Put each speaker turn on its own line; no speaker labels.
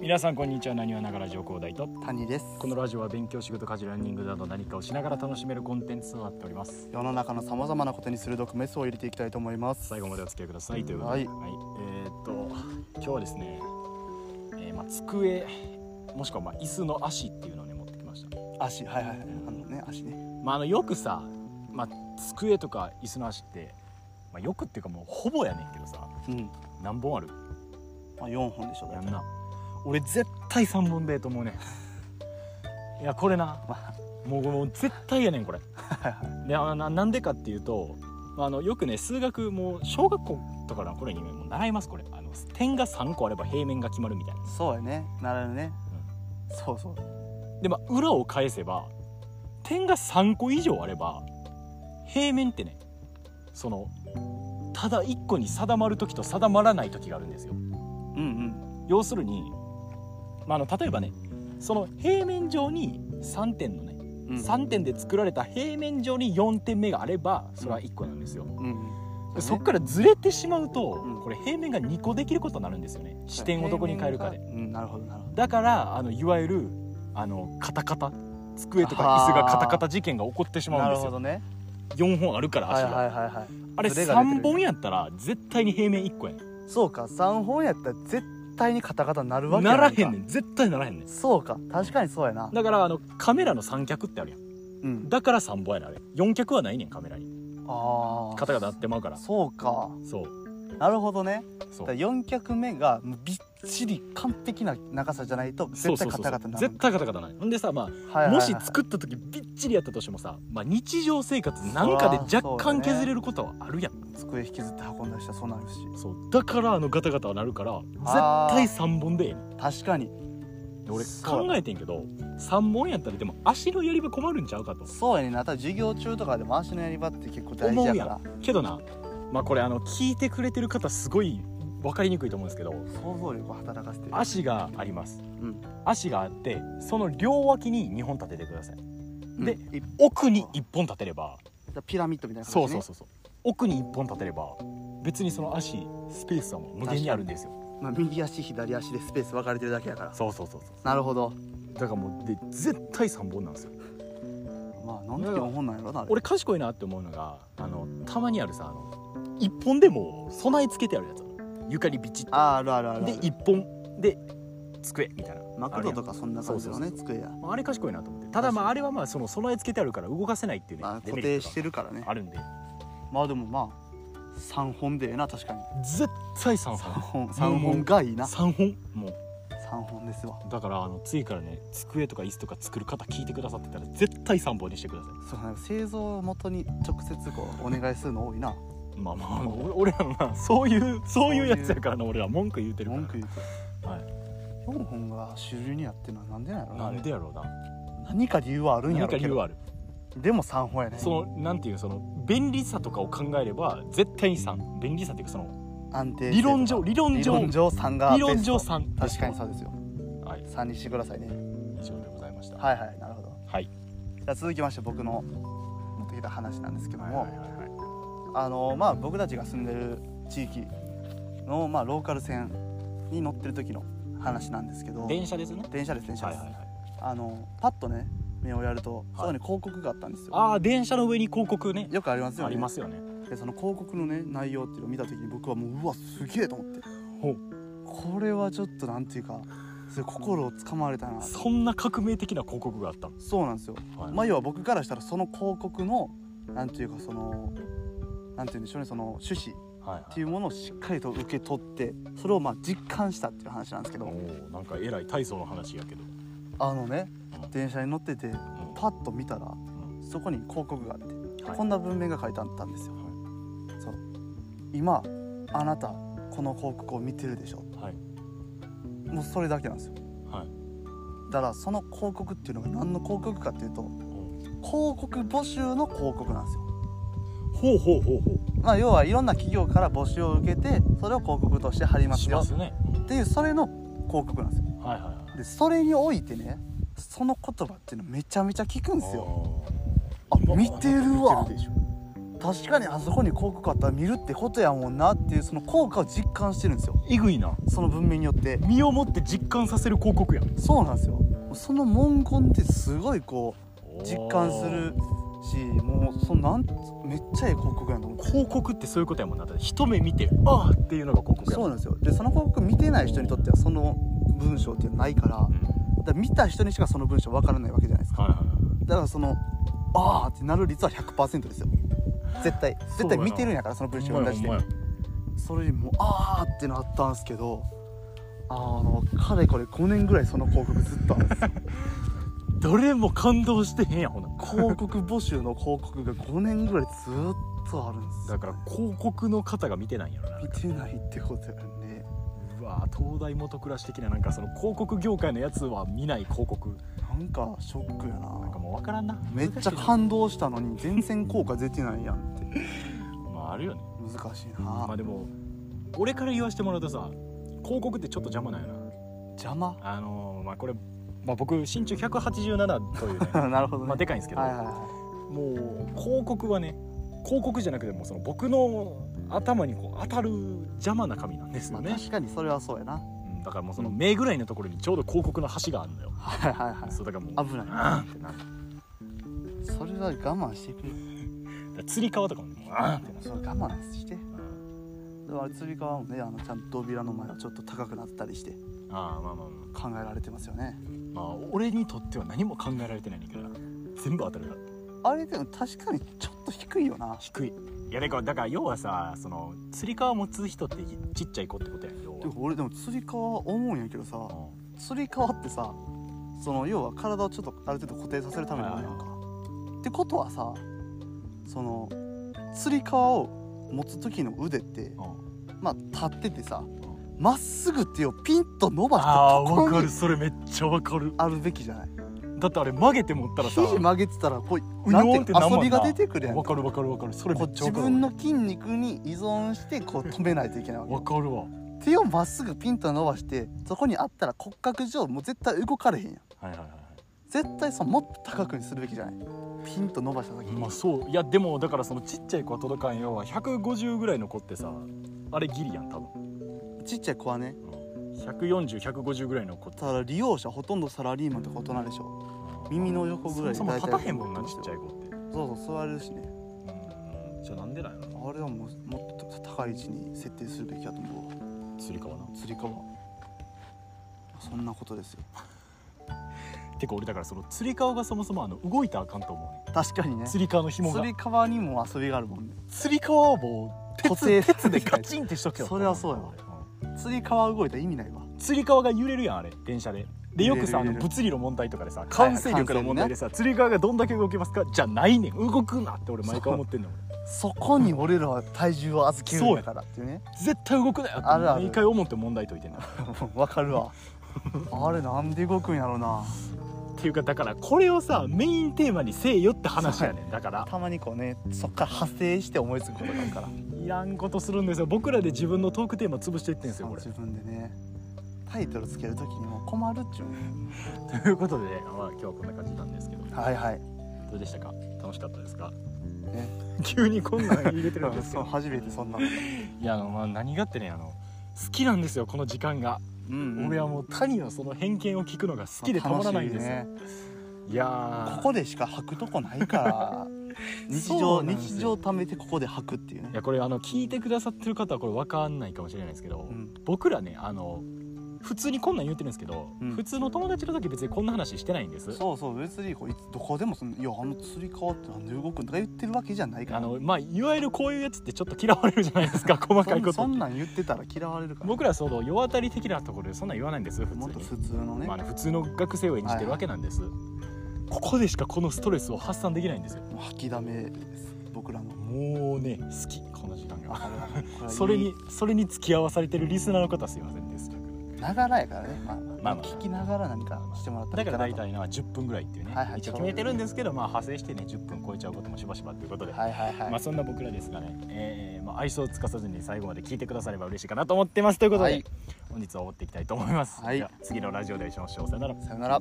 皆さんこんにちはなにわながら上皇大と
谷です
このラジオは勉強仕事家事ランニングなど何かをしながら楽しめるコンテンツとなっております
世の中のさまざまなことに鋭くメスを入れていきたいと思います
最後までお付き合いくださいということで、
はい
えーっと今日はですね、えーまあ、机もしくはまあ椅子の足っていうのをね持ってきました、
足はいはいはいあのね足ね
まあ、あのよくさ、まあ、机とか椅子の足って、まあ、よくっていうかもうほぼやねんけどさ
うん
何本ある
まあ4本でしょ
や
大
ん
体
な俺絶対3本でええと思うねんいやこれな
まあ
もうもう絶対やねんこれであななんでかっていうと、まあ、あのよくね数学もう小学校とかの頃にねもう習いますこれあの点が3個あれば平面が決まるみたいな
そうやねなるね、そうそう
で、まあ、裏を返せば点が3個以上あれば平面ってねそのただ1個に定まる時と定まらない時があるんですよ
うんうん
要するに、まあ、あの例えばねその平面上に3点のね
うん
3点で作られた平面上に4点目があればそれは1個なんですよ、
うん
そっからずれてしまうと、
うん
これ平面が2個できることになるんですよね視点をどこに変えるかで
うんなるほどなるほ
だからあのいわゆるあのカタカタ机とか椅子がカタカタ事件が起こってし
ど
ま
な
うん
る
です
ほ
よ
どね
4本あるから
はい
足が、
はいはいはい
あれ
ズレが出てる
3本やったら絶対に平面1個やねん
そうか3本やったら絶対にカタカタなるわけ
なら
い
へんねん絶対ならへんねん
そうか確かにそうやな
だからあのカメラの三脚ってあるやん
うん
だから3本やねんあれ4脚はないねんカメラに
あ
カタカタなってまうから
あそうか
そう
なるほどね
そ
だ
う
から4脚目がもうびっちり完璧な長さじゃないと
そ
絶
うそ
対
う
カ
そう
タカタになる
絶対カタカタないほんでさまあ
はいはいはい
もし作った時びっちりやったとしてもさ、まあ、日常生活なんかで若干削れることはあるやん
机引きずって運んだりしたらそうなるし
そうだからあのガタガタはなるから絶
あー
対3本でええねん
確かに
で俺
そう
考えてんけど3本やったらでも足のやり場困るんちゃうかと
そうやねんなただ授業中とかでも足のやり場って結構大
思う
事
や
やか
ん
ら
けどなまあこれあの聞いてくれてる方すごい分かりにくいと思うんですけど
想像力を働かせてる
足があります
うん
足があってその両脇に2本立ててくださいで
うんい
奥に1本立てれば
ピラミッドみたいな感
そう
じ、ね、
そうそうそう奥に1本立てれば別にその足スペースはもう無限にあるんですよ
まあ、右足左足でスペース分かれてるだけやから
そうそうそうそう
なるほど
だからもうで絶対3本なんですよ
まあなんで4本なんやろなあれ
俺賢いなって思うのがあのたまにあるさあの1本でも備え付けてあるやつある床にビチッ
あーあるあるあ
と
るあ
で
る
1本で机みたいな
マクドとかそんな感じのね
そう
机や、
まああれ賢いなと思ってただまああれはまあその備え付けてあるから動かせないっていうね、
ま
デ
あ、固
メリッ
定
トが
してるからね
あるんで
まあでもまあ3本でええな 確かに
絶対3
3
本
本三本がいいな
3
3
本もう
本ですわ
だからあの次からね机とか椅子とか作る方聞いてくださってたら絶対3本にしてください
そうなんか製造元に直接こうお願いするの多いな
まあまあ俺俺らのなそういうそういうやつやからな俺ら文句言うてるから
文句言うと、
はい
4本が主流になってるのはなんでなんやろ
な
なん
でやろうな
何か理由はあるん
何
やろ
か
け
理
ど
由はある
でも3本やね
そのなんていうその便利さとかを考えれば絶対に3便利さっていうかその
安定性とか
理論上理論
理
上
論上3が
理論上
ベスト
3
確かにそうですよ
はい
3にしてくださいね
以上でございました
はいはいなるほど
はい
じゃあ続きまして僕の持ってきた話なんですけど
はい
も、
はいはいはい
あのまあ僕たちが住んでる地域のまあローカル線に乗ってる時の話なんですけど
電車ですね
電車です電車
は
で
い
す、
はいはい
あのパッとね目をやると、
はい
そこに広告があったんですよ
ああ電車の上に広告ね
よくありますよね
ありますよね
でその広告のね内容っていうのを見た時に僕はもううわすげえと思って
ほう
これはちょっとなんていうかすごい心をつかまれたな
そんな革命的な広告があったの
そうなんですよ、
はい
まあ要は僕からしたらその広告のなんていうかそのなんていうんでしょうねその趣旨
はい
っていうものをしっかりと受け取ってそれをまあ実感したっていう話なんですけ
お
ど
ーなんかえらい体操の話やけど
あのね
うん
電車に乗っててパッと見たら
うん
そこに広告があって
はい
こんな文面が書いてあったんですよ。そう今あなたこの広告を見てるでしょ
はい
もうそれだけなんですよ
はい
だからその広告っていうのが何の広告かっていうと
うん
広告募集の広告なんですよ、
ほうほうほうほ
まあ、要はいろんな企業から募集を受けてそれを広告として貼り
う
ま
し
す
ま
よ
すね
っていうそれの広告なんですよ
うんはいはいはい
でそれにおいてねその言葉っていうのめちゃめちゃ効くんですよ
あー
あ見てるわ
見てるでしょ
確かにあそこに広告あったら見るってことやもんなっていうその効果を実感してるんですよ
えぐいな
その文明によって
身をもって実感させる広告やん
そうなんですよその文言ってすごいこう実感するしもうそのなんめっちゃええ広告やと思って
広告ってそういうことやもんなだって一目見てああっていうのが広告や
そう
もん
なんですよでその広告見てない人にとってはその文章っていうのはないからだから見た人にしかその文章わからないわけじゃないです
うん
か
はいはいはい
だからそのあーってなる率は100%ですよ絶対絶対見てるんやからその文章
ほん
に
ま
対
や
し
ほん
て
まや
それにもうあーってなったんですけどあのかれこれ5年ぐらいその広告ずっとあるんですよ
どれも感動してへんやんほな
広告募集の広告が5年ぐらいずっとあるんです
だ
よ
から広告の方が見てないんやろな
見てないってことやね
うわー東大元暮らし的ななんかその広告業界のやつは見ない広告
なんかショックやな
なんかもう分からんな
めっち
難
ゃ
しいな
感動したのに全然効果出てないやんって
まああるよね
難しい
ま
な
あでも俺から言わせてもらうとさ広告ってちょっと邪魔なんよな
邪魔
あのーまあこれ、まあ、僕身長187という ね
なるほどね
まあでかいんですけど、
はいはいは
もう広告はね広告じゃなくてもその僕の頭にこう当たる邪魔な紙なんですよ
い
ね、
まあ確かにそれはそうやな
うんだからもうその
うん
目ぐらいのところにちょうど広告の橋があるのよ、
はいはいは
そうだからもう
い危ない
あーんってなるだか
それは我慢してくれ
ら釣り革とかもねあーんってなる
それは我慢してでもあれ釣り革もねあのちゃんと扉の前はちょっと高くなったりして
あーまあまあまあ
考えられてますよね
まあ俺にとっては何も考えられてないねんだけど全部当たるから
あれでも確かにちょっと低いよな
低いいやだからだから要はさその釣り革持つ人ってちっちゃい子ってことやん要は
でも俺でも釣り革は思うんやけどさ
う
釣り革ってさその要は体をちょっとある程度固定させるためのものやんかってことはさその釣り革を持つ時の腕って
んうん
まあ立っててさまっすぐ手をピンと伸ばした
あ
と
ー
こ
わか
ろ
る
に
それめっちゃわかる
あるべきじゃない
だってあれ曲げて持ったらさ
肘曲げてたらこう
う
なん
にょ
てい
ん
う
って
の
なんも
遊
ん
び
な
が出てくるやん
わかるわかるわかるそれめ
こ
っ
う
ちゃわ
自
かる
分の筋肉に依存してこう止めないといけないわ
わかるわ
け手をまっすぐピンと伸ばしてそこにあったら骨格上もう絶対動かれへんやん
はいはいはいは
絶対さもっと高くにするべきじゃないピンと伸ばした時
い
に、
まあそういやでもだからそのちっちゃい子は届かんよは150ぐらいの子ってさあれギリやん多分
ちっちゃい子はね
140150ぐらいの子って
ただ利用者ほとんどサラリーマンとか大人でしょ耳の横ぐらい
そもそも立たへんもんな
大体
ちっちゃい子って
そうそう座れるしね
うんじゃあなんでなんやろ
あれはもうもっと高い位置に設定するべきやと思うわ
な釣り革な
つり革そんなことですよ
てか俺だからその釣り革がそもそもあの動いたらあかんと思うね
確かにね
釣り革の紐
つ
が
り革にも遊びがあるもんね
釣り革はもう
固定
鉄鉄でガチンってしとけよ
それはそうやわつり革動いたら意味ないわ
釣り革が揺れるやんあれ電車でで
揺
よ
れる
くさあの
揺れる
物理の問題とかでさ
はい
慣性力の問題でさ、釣り革がどんだけ動けますかじゃないねん動くなって俺毎回思ってんの
そこに俺らは体重を預けるんだからっていうね
絶対動くなよって
あるある
毎回思って問題解いてんのっ
わかるわあれなんで動くんやろうな
ていうかだからこれをさメインテーマにせえよって話やねんだから
たまにこうねそっから派生して思いつくことがあるから
いらんことするんですよ僕らで自分のトークテーマ潰していってんですよ
そう
これ
自分でねタイトルつけるときにも困るっちゅうね
ということで、ね まあ、今日はこんな感じなんですけど
はいはい
どうでしたか楽しかったですか
ね
急にこんなん入れてるんですけ
そう
ど
初めてそんなの
いやあの、まあ、何がってねあの好きなんですよこの時間が、
うん
俺はもう谷のその偏見を聞くのが好きでたまらないんですよ、
楽しいね
いやー
ここでしか履くとこないから 日
そう
常
なんですよ
日常貯めてここで履くってい
い
うね
やこれあの聞いてくださってる方はこれ分かんないかもしれないですけど、
うん
僕らねあの普通にこんなん言ってるんですけど、
うん
普通の友達の時別にこんな話してないんです
そうそう別にこういつどこでもその「いやあの釣り革ってなんで動くん?」とか言ってるわけじゃないから
あのまあいわゆるこういうやつってちょっと嫌われるじゃないです か細かいこと
そんそんなん言ってたら嫌われるから
僕らその世当たり的なところでそんなん言わないんです普
もっ
通
と
に
普通のね、
まああの普通の学生を演じてるわけなんです、ここでしかこのストレスを発散できないんですよ
もう吐きだめです 僕らの
もうね好きこの時間が
こはいい
それにそれに付き合わされてるリスナーの方はすいませんです
ながらやからねまあ、まあ
まあまあ
聞きながら何かしてもらったら
だ
いい
か
からな
大
と
体な10分ぐらいっていうね、
はいはい
一応決めてるんですけど、まあ、派生してね10分超えちゃうこともしばしばということで、
はいはいはい、
まあ、そんな僕らですがね、えーまあ、愛想をつかさずに最後まで聞いてくだされば嬉しいかなと思ってますということで、
はい
本日は終わっていきたいと思います、
はい
じゃあ次のラジオでお会いしましょうさよなら
さよなら